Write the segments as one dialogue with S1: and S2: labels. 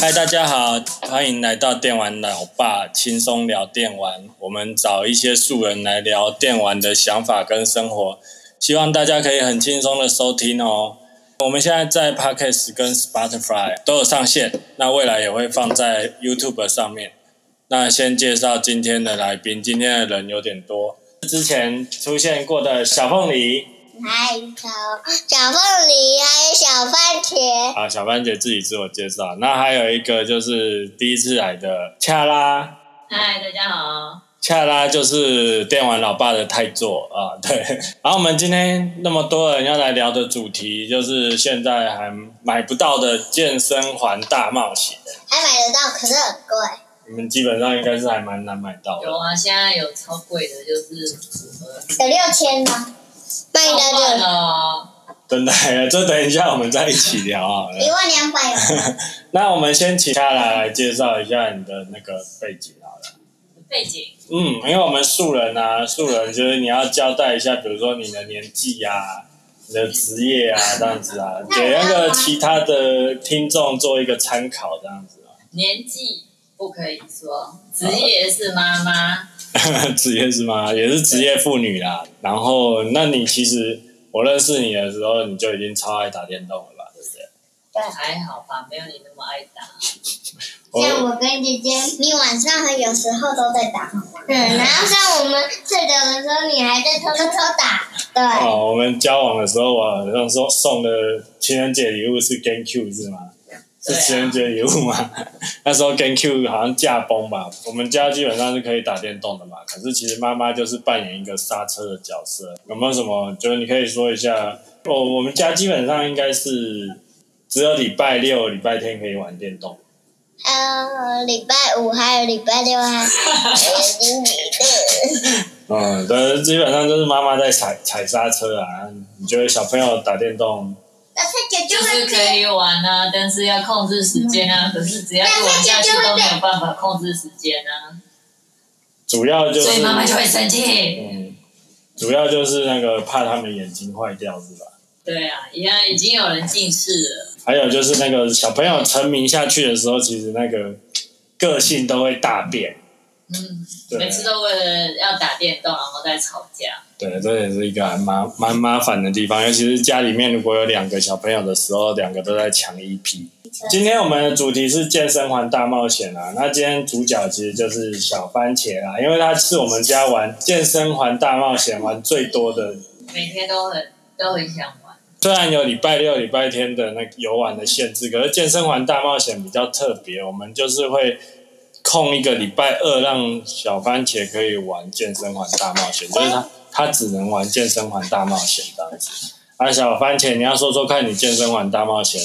S1: 嗨，大家好，欢迎来到电玩老爸轻松聊电玩。我们找一些素人来聊电玩的想法跟生活，希望大家可以很轻松的收听哦。我们现在在 Podcast 跟 Spotify 都有上线，那未来也会放在 YouTube 上面。那先介绍今天的来宾，今天的人有点多，之前出现过的小凤梨
S2: 还有小小凤梨，还有小番茄，
S1: 啊，小番茄自己自我介绍。那还有一个就是第一次来的恰拉，
S3: 嗨，大家好。
S1: 恰拉就是电玩老爸的泰座啊， 对。然后我们今天那么多人要来聊的主题，就是现在还买不到的健身环大冒险。
S2: 还买得到，可是很贵。
S1: 你们基本上应该是还蛮难买到
S3: 有
S1: 的，
S3: 啊，现在有超贵的，就是符合
S2: 有六千吗？卖
S3: 上万
S2: 的
S3: 哦了。
S1: 真的。这等一下我们再一起聊好
S2: 就一
S1: 了。
S2: 万两百，哦
S1: 那我们先请恰拉来介绍一下你的那个背景啊好了。
S3: 背景
S1: 嗯，因为我们素人啊，素人就是你要交代一下，比如说你的年纪啊、你的职业啊这样子啊，给那个其他的听众做一个参考这样子啊。
S3: 年纪不可以说，职业是妈妈，
S1: 啊 职业是吗？也是职业妇女啦。然后，那你其实我认识你的时候，你就已经超爱打电动了吧？对不对？
S3: 还好吧，没有你那么爱打。哦
S2: 像
S1: 我
S2: 我跟姐姐，你晚上有时候都在打。嗯，然后像我们睡着的时候，你还在偷偷偷打。
S3: 哎
S2: 对，
S1: 哦，我们交往的时候，我好像说送的情人节礼物是 GameCube 是吗？是
S3: 对啊
S1: 情人节礼物吗？ 那时候 GameCube 好像驾崩吧，我们家基本上是可以打电动的嘛。可是其实妈妈就是扮演一个刹车的角色，有没有什么？就是你可以说一下，哦我我们家基本上应该是只有礼拜六、礼拜天可以玩电动。
S2: 呃，礼拜五还有礼拜六啊，星期六。
S1: 嗯，但是基本上就是妈妈在踩踩刹车啊。你觉得小朋友打电动
S2: 老师姐姐
S3: 就是可以玩啊，但是要控制时间啊。可是只要一玩下去都没有办法控制时间啊，
S1: 主要就是
S3: 所以妈妈就会生气。
S1: 嗯，主要就是那个怕他们眼睛坏掉是吧？
S3: 对啊，一样已经有人近视了。
S1: 还有就是那个小朋友沉迷下去的时候，其实那个个性都会大变。
S3: 嗯，
S1: 对
S3: 每次都为了要打电动，然后再吵架。
S1: 对，这也是一个还蛮蛮麻烦的地方，尤其是家里面如果有两个小朋友的时候，两个都在抢一批。今天我们的主题是健身环大冒险啊，那今天主角其实就是小番茄啦，因为他是我们家玩健身环大冒险玩最多的
S3: 每天都很都很想玩，
S1: 虽然有礼拜六、礼拜天的那个游玩的限制，可是健身环大冒险比较特别，我们就是会空一个礼拜二，让小番茄可以玩健身环大冒险，就是他他只能玩健身环大冒险这样子。啊，小番茄，你要说说看你健身环大冒险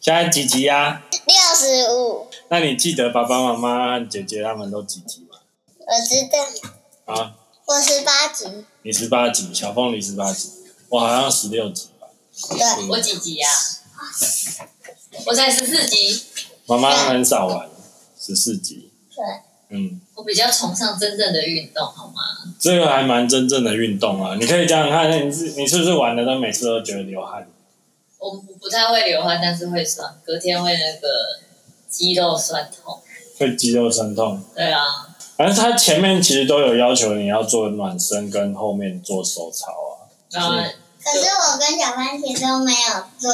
S1: 现在几级呀、
S2: 六十五，
S1: 那你记得爸爸妈妈、姐姐他们都几级吗？
S2: 我知道，
S1: 啊，
S2: 我十八级。
S1: 你十八级，小凤梨十八级，我好像十六级吧。
S2: 对，
S3: 我几级呀、啊我才十四级，
S1: 妈妈很少玩，十四级。
S2: 对。
S1: 嗯。
S3: 我比较崇尚真正的运动，好吗？
S1: 这个还蛮真正的运动啊！你可以想想看，你是你是不是玩的都每次都觉得流汗？
S3: 我不太会流汗，但是会酸，隔天会那个肌肉酸痛。
S1: 会肌肉酸痛，
S3: 对啊，
S1: 反正它前面其实都有要求你要做暖身，跟后面做手操啊，
S3: 然后
S2: 可是我跟小番茄都没有做。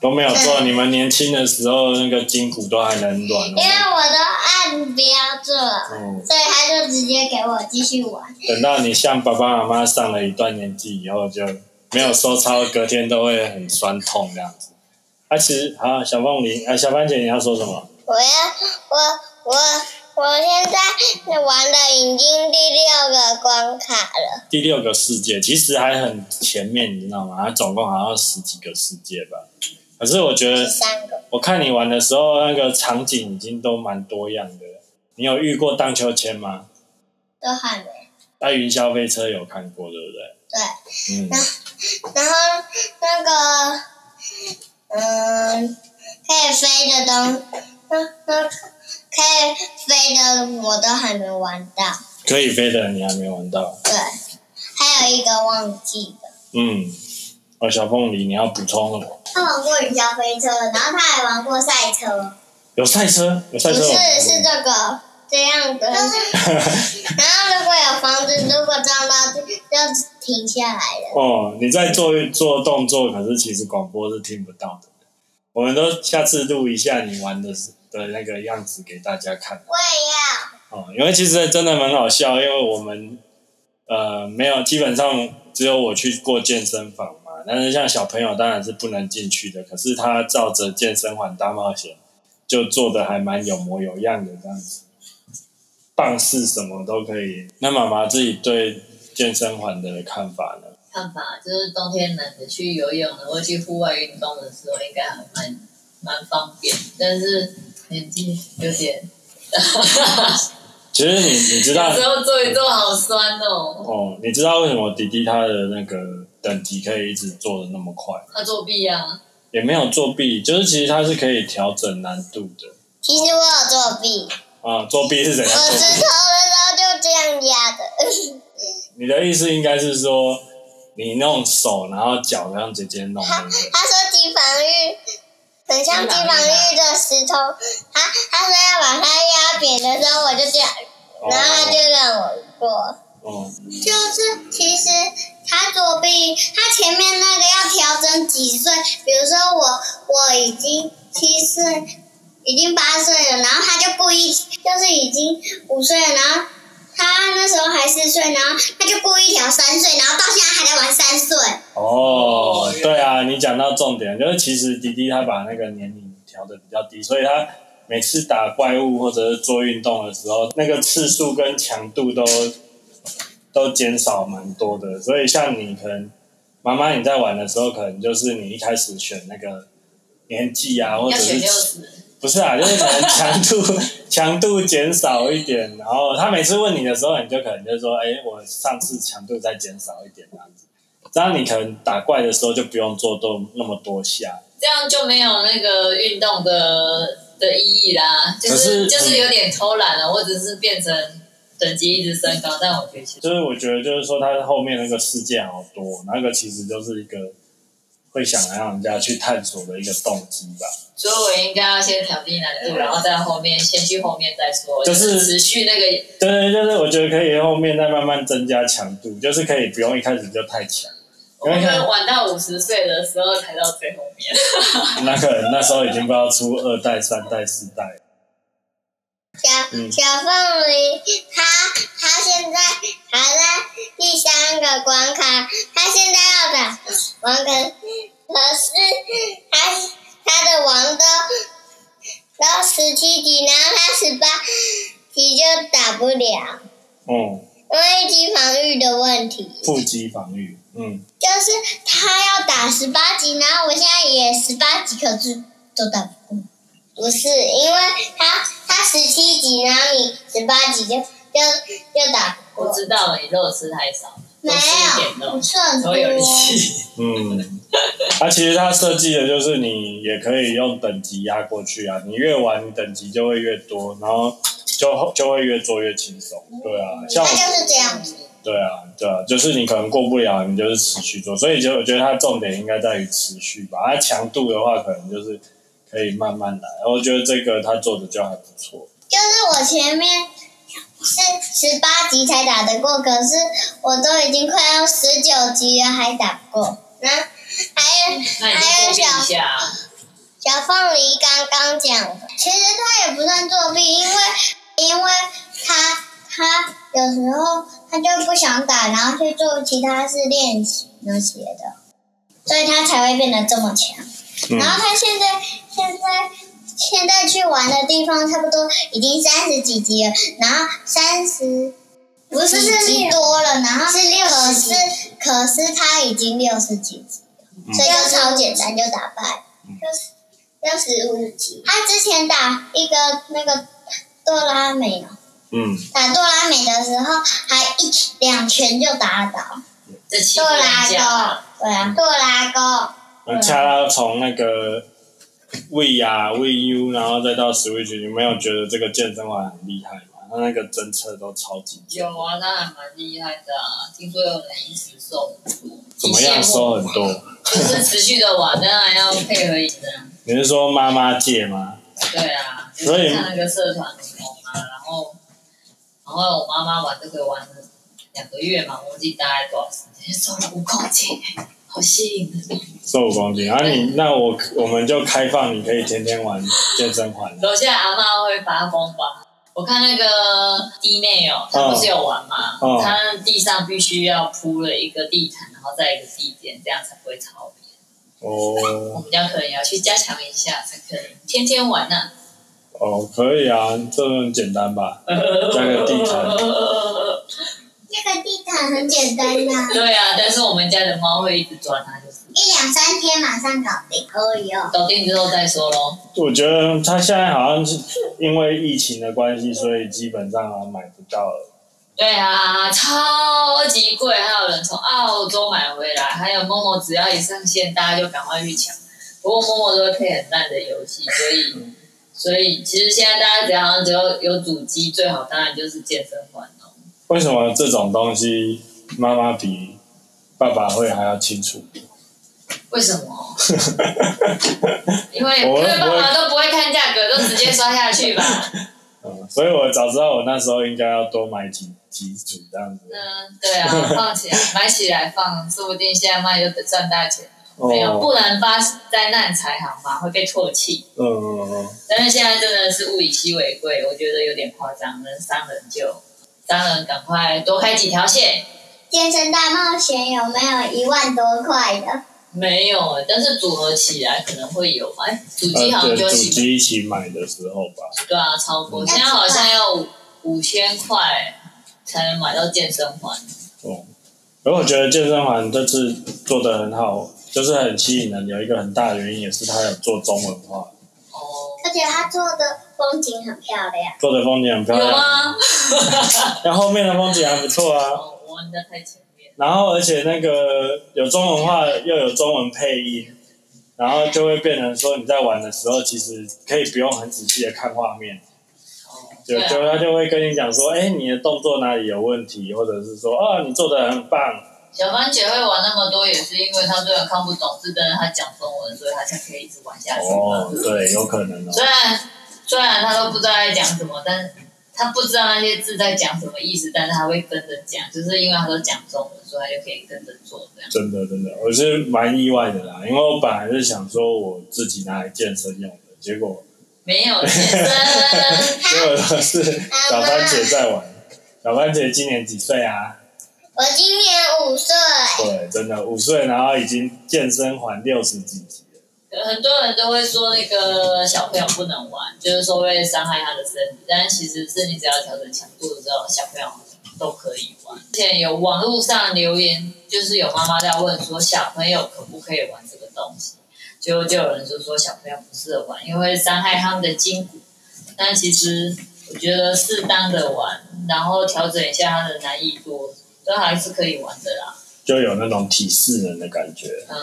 S1: 都没有做。
S2: 嗯
S1: 你们年轻的时候那个筋骨都还能哦软，我
S2: 因为
S1: 们
S2: 我都按不要做，
S1: 嗯，
S2: 所以他就直接给我继续玩。
S1: 等到你像爸爸妈妈上了一段年纪以后，就没有收操，隔天都会很酸痛这样子。啊，其实啊，小凤梨啊，小番茄，你要说什么？
S2: 我要我我我现在玩的已经第六个关卡了，
S1: 第六个世界，其实还很前面，你知道吗？它总共好像十几个世界吧。可是我觉
S2: 第
S1: 得，
S2: 三个。
S1: 我看你玩的时候，那个场景已经都蛮多样的。你有遇过荡秋千吗？
S2: 都还没
S1: 那云霄飞车有看过，对不对？
S2: 对，
S1: 嗯，
S2: 然后那个嗯，可以飞的东，那那可以飞的我都还没玩到，
S1: 可以飞的你还没玩到。
S2: 对，还有一个忘记了。
S1: 嗯，哦，小凤梨，你要补充了。
S2: 他玩过云霄飞车，然后他还玩过赛车。
S1: 有赛车，有赛
S2: 不
S1: 车
S2: 是
S1: 哦。
S2: 是这个这样的。然后如果有房子，如果撞到就就停下来了。
S1: 哦，你在做做动作，可是其实广播是听不到的。我们都下次录一下你玩的的那个样子给大家看
S2: 我也
S1: 哦，因为其实真的蛮好笑，因为我们呃没有，基本上只有我去过健身房嘛，但是像小朋友当然是不能进去的，可是他照着健身环大冒险就做的还蛮有模有样的这样子，棒式什么都可以。那妈妈自己对健身环的看法呢？
S3: 看法就是冬天懒得去游泳了，或去户外运动的时候，应该还蛮蛮方便。但是年纪有点，
S1: 其实你你知道
S3: 有时候坐一坐好酸哦。
S1: 哦，你知道为什么迪迪他的那个等级可以一直做的那么快吗？
S3: 他作弊啊，
S1: 也没有作弊，就是其实他是可以调整难度的
S2: 其实我有作弊，
S1: 啊。作弊是怎
S2: 我
S1: 样作
S2: 石
S1: 弊？
S2: 头的时候就这样压 的。
S1: 你的意思应该是说，你弄手然后脚这样直接弄那个。
S2: 他说机房玉很像机房玉的石头，他他说要把它压扁的时候，我就这样，
S1: 哦
S2: 然后他就让我过。
S1: 哦
S2: 就是其实他作弊，他前面那个要调整几岁，比如说我我已经七岁，已经八岁了，然后他就故意就是已经五岁了，然后他那时候还四岁，然后他就故意调三岁，然后到现在还在玩三岁。
S1: 哦
S3: 哦，原来
S1: 对啊，你讲到重点，就是其实迪迪他把那个年龄调的比较低，所以他每次打怪物或者是做运动的时候，那个次数跟强度都都减少蛮多的。所以像你可能妈妈你在玩的时候，可能就是你一开始选那个年纪啊，或
S3: 要
S1: 者
S3: 选
S1: 是
S3: 六十，
S1: 不是啊，就是可能强度 强度减少一点，然后他每次问你的时候，你就可能就说：“哎、我上次强度再减少一点这样子。”这样你可能打怪的时候就不用做多那么多下。
S3: 这样就没有那个运动的的意义啦。就
S1: 可是
S3: 是就
S1: 嗯
S3: 是有点偷懒了，或者是变成等级一直升高，但我觉得其实
S1: 就是我觉得，就是说他后面那个世界好多，那个其实就是一个会想让人家去探索的一个动机吧。
S3: 所以我应该要先调低难度，然后在后面先去后面再说，
S1: 就
S3: 就是是持续那个
S1: 对对，就是我觉得可以后面再慢慢增加强度，就是可以不用一开始就太强。
S3: 我们玩到五十岁的时候才到最后 面。
S1: 那可能那时候已经不知道出二代、三代、四代了。
S2: 小
S1: 嗯
S2: 小凤梨，他他现在还在第三个关卡，他现在要打王可，可是他他的王都到十七级，然后他十八级就打不了，因
S1: 嗯，
S2: 为机防御的问题。
S1: 腹肌防御，嗯，
S2: 就是他要打十八级，然后我现在也十八级，可是都打不过。不是，因为他他十七级，然后你十八级就就就打不
S3: 我
S2: 过。
S3: 知道了，你肉吃太少，
S2: 没
S3: 多吃一点
S2: 有，
S3: 肉
S2: 不，是很多
S3: 所。有力气。
S1: 嗯，它其实它设计的就是你也可以用等级压过去啊，你越玩你等级就会越多，然后就就会越做越轻松。对啊，像
S2: 他
S1: 我
S2: 就是这样子，
S1: 对啊，对啊，就是你可能过不了，你就是持续做，所以就我觉得它重点应该在于持续吧。它强度的话，可能就是可以慢慢来。我觉得这个它做的就还不错。
S2: 就是我前面是十八级才打得过，可是我都已经快要十九级了，还打不过。那还有
S3: 那你就
S2: 还有
S3: 作
S2: 小
S3: 弊一下啊，
S2: 小凤梨刚刚讲的，其实他也不算作弊，因为因为他他有时候他就不想打，然后去做其他事练习那些的，所以他才会变得这么强。
S1: 嗯
S2: 然后他现在现在现在去玩的地方差不多已经三十几级了，然后三十不是是级多了，然后是六可是可是他已经六十几级了，所以就超简单就打败了，就是六十五级。他之前打一个那个哆啦美哦，
S1: 嗯，
S2: 打哆啦美的时候还一两拳就打倒
S3: 这欺
S2: 哆
S3: 负
S2: 啦
S3: 人家。
S2: 勾，对啊，哆啦勾。
S1: 那恰到从那个 V 啊 VU，然后再到 Switch，你没有觉得这个健身环很厉害吗？它那个侦测都超级准
S3: 有啊，那还蛮厉害的啊！听说有人一直瘦很多，
S1: 怎么样收很多？
S3: 就是持续的玩，当然要配合一下。
S1: 你是说妈妈界吗？
S3: 对啊，
S1: 所以
S3: 像那个社团联盟啊，然后，然后我妈妈玩这个玩了两个月嘛，我忘记大概多少时间，就收了五公斤，好吸引人。
S1: 瘦五公斤啊你！那我我们就开放，你可以天天玩健身环了。
S3: 楼下阿妈会发疯吧？我看那个弟妹哦，她不是有玩嘛？
S1: 嗯
S3: 她地上必须要铺了一个地毯，然后再一个地垫，这样才不会吵别人。我
S1: 哦
S3: 们家可能也要去加强一下，才可以天天玩呐、
S1: 哦，可以啊，这很简单吧？
S3: 呃
S1: 加个地毯，
S2: 那个地毯很简单呐、
S3: 对啊，但是我们家的猫会一直抓它，就是
S2: 一两三天马上搞定。哦哟，
S3: 搞定之后再说喽。
S1: 我觉得它现在好像是因为疫情的关系，所以基本上啊买不到了。
S3: 对啊，超级贵，还有人从澳洲买回来，还有某某只要一上线，大家就赶快去抢。不过某某都会配很烂的游戏，所
S1: 嗯
S3: 以所以其实现在大家只要好像只要有主机，最好当然就是健身环哦。
S1: 为什么这种东西妈妈比爸爸会还要清楚？
S3: 为什 么？因为因
S1: 我
S3: 为爸爸都不会看价格，都直接刷 下去吧。
S1: 嗯，所以我早知道我那时候应该要多买几几组这样子。
S3: 嗯，对啊，放起来，买起来放，说不定现在卖就赚大钱。嗯没有，
S1: 哦，
S3: 不然发灾难财好吗？会被唾弃。
S1: 嗯嗯嗯，
S3: 但是现在真的是物以稀为贵，我觉得有点夸张，能伤人就伤人，赶快多开几条线。
S2: 健身大冒险有没有一万多块的？
S3: 没有，但是组合起来可能会有吧。哎主机好
S1: 呃，
S3: 像就
S1: 对，
S3: 要
S1: 主
S3: 几
S1: 机一起买的时候吧。
S3: 对啊，超过现在好像要五五千块才能买到健身环。
S1: 哦，而我觉得健身环这次做的很好，就是很吸引人，有一个很大的原因也是它有做中文化，
S3: 哦，
S2: 而且它做的风景很漂亮。
S1: 做的风景很漂
S3: 有啊
S1: 亮，
S3: 吗？
S1: 然后后面的风景还不错啊。
S3: 哦，我们在太前面。
S1: 然后而且那个有中文化又有中文配音，然后就会变成说你在玩的时候，其实可以不用很仔细的看画面，
S3: 哦，
S1: 就
S3: 对
S1: 就
S3: 啊，
S1: 他就会跟你讲说，哎，你的动作哪里有问题，或者是说，哦，你做的很棒，
S3: 小番茄会玩那么多，也是因为他虽然看不懂，是但是他讲中文，所以他才可以一直玩下去嘛。
S1: 哦，对，有可能哦。
S3: 虽然虽然他都不知道在讲什么，但是他不知道那些字在讲什么意思，但是他会跟着讲，就是因为他都讲中文，所以他就可以跟着做这样。
S1: 真的真的，我是蛮意外的啦，因为我本来是想说我自己拿来健身用的，结果
S3: 没有健身，
S1: 结果是小番
S2: 啊
S1: 茄在玩。小番茄今年几岁啊？
S2: 我今年五岁，
S1: 对，真的五岁，然后已经健身环六十几级了。
S3: 很多人都会说那个小朋友不能玩，就是说会伤害他的身体，但其实是你只要调整强度之后，小朋友都可以玩。之前有网络上留言，就是有妈妈在问说小朋友可不可以玩这个东西，结果就有人就说小朋友不适合玩，因为会伤害他们的筋骨。但其实我觉得适当的玩，然后调整一下它的难易度，都还是可以玩的啦。
S1: 就有那种体适能的感觉，
S3: 嗯、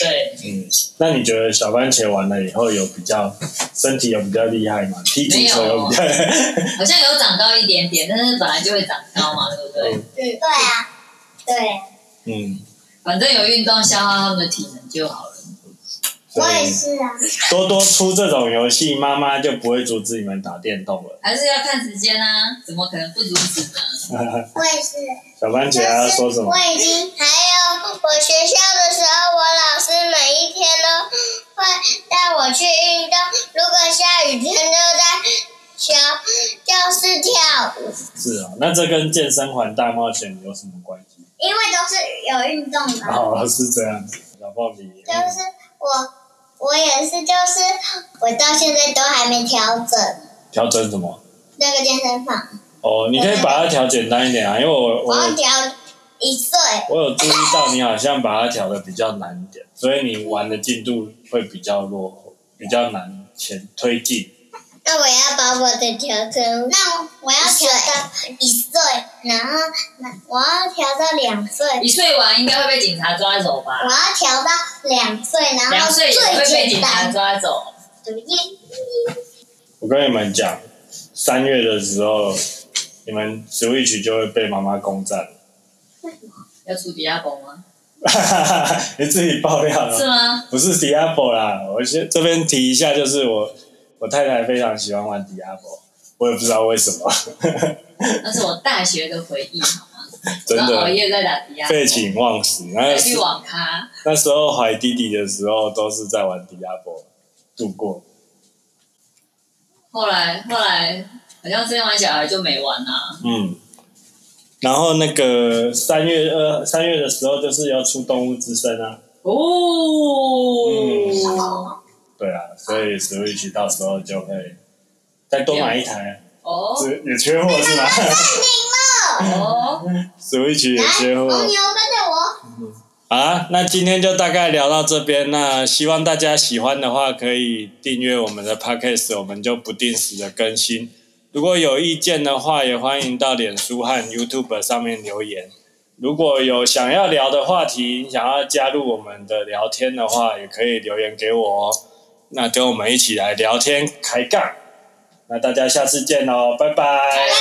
S3: 对，
S1: 嗯，那你觉得小番茄玩了以后有比较身体有比较厉害吗？踢足球有比较，
S3: 好像有长高一点点，但是本来就会长高嘛，对不
S1: 嗯
S3: 对？
S2: 嗯，对啊，对，
S1: 嗯，
S3: 反正有运动消耗他们的体能就好了。
S1: 所
S2: 我也
S1: 以
S2: 是啊。
S1: 多多出这种游戏，妈妈就不会阻止你们打电动了。
S3: 还是要看时间啊，怎么可能不阻止呢？
S2: 我也是，
S1: 小番茄还要说什么
S2: 我？已经还有我学校的时候，我老师每一天都会带我去运动，如果下雨天就在小教室跳舞，
S1: 是啊，那这跟健身环大冒险有什么关系？
S2: 因为都是有运动的。
S1: 哦，是这样子，小凤梨。嗯
S2: 就是我，我也是，就是我到现在都还没调整
S1: 调整什么？
S2: 那个健身房，
S1: 哦，你可以把它调简单一点啊，因为我
S2: 我
S1: 我
S2: 要
S1: 有
S2: 调一岁。
S1: 我有注意到你好像把它调的比较难一点，所以你玩的进度会比较落后，比较难前推进。
S2: 那我要把我的调成，那我要调到一岁，然后那我要调到两岁，
S3: 一岁完应该会被警察抓走吧
S2: 我？要调到两岁，然
S3: 两
S2: 后
S3: 岁也会
S2: 最
S3: 被
S2: 简
S3: 警察
S2: 单，
S3: 抓走。
S2: 对不对？
S1: 我跟你们讲，三月的时候，你们 Switch 就会被妈妈攻占了，
S3: 要出迪亚狗吗？
S1: 你自己爆料了。
S3: 是
S1: 嗯
S3: 吗？
S1: 不是 Diablo 啦，我先这边提一下，就是我我太太非常喜欢玩 Diablo，我也不知道为什么，
S3: 那是我大学的回忆，好吗？
S1: 真
S3: 我熬
S1: 的
S3: 夜在打迪亚，
S1: 废寝忘食。然后
S3: 还去网咖，
S1: 那时候怀弟弟的时候，都是在玩 Diablo 度过。
S3: 后来后来好像生完小孩就没玩啦、
S1: 嗯，然后那个三月呃三月的时候，就是要出《动物之声》啊。嗯
S3: 哦，
S1: 对啊，所以 Switch 到时候就会再多买一台，啊
S3: 哦
S1: 是也缺货是吗
S2: 你
S3: 哦，
S1: ？Switch 也缺
S2: 了，来，红
S1: 货
S2: 牛跟着我。
S1: 好啊。那今天就大概聊到这边，那希望大家喜欢的话，可以订阅我们的 Podcast，我们就不定时的更新。如果有意见的话，也欢迎到脸书和 YouTube 上面留言。如果有想要聊的话题，想要加入我们的聊天的话，也可以留言给我哦。哦那跟我们一起来聊天开杠。那大家下次见喽，拜拜。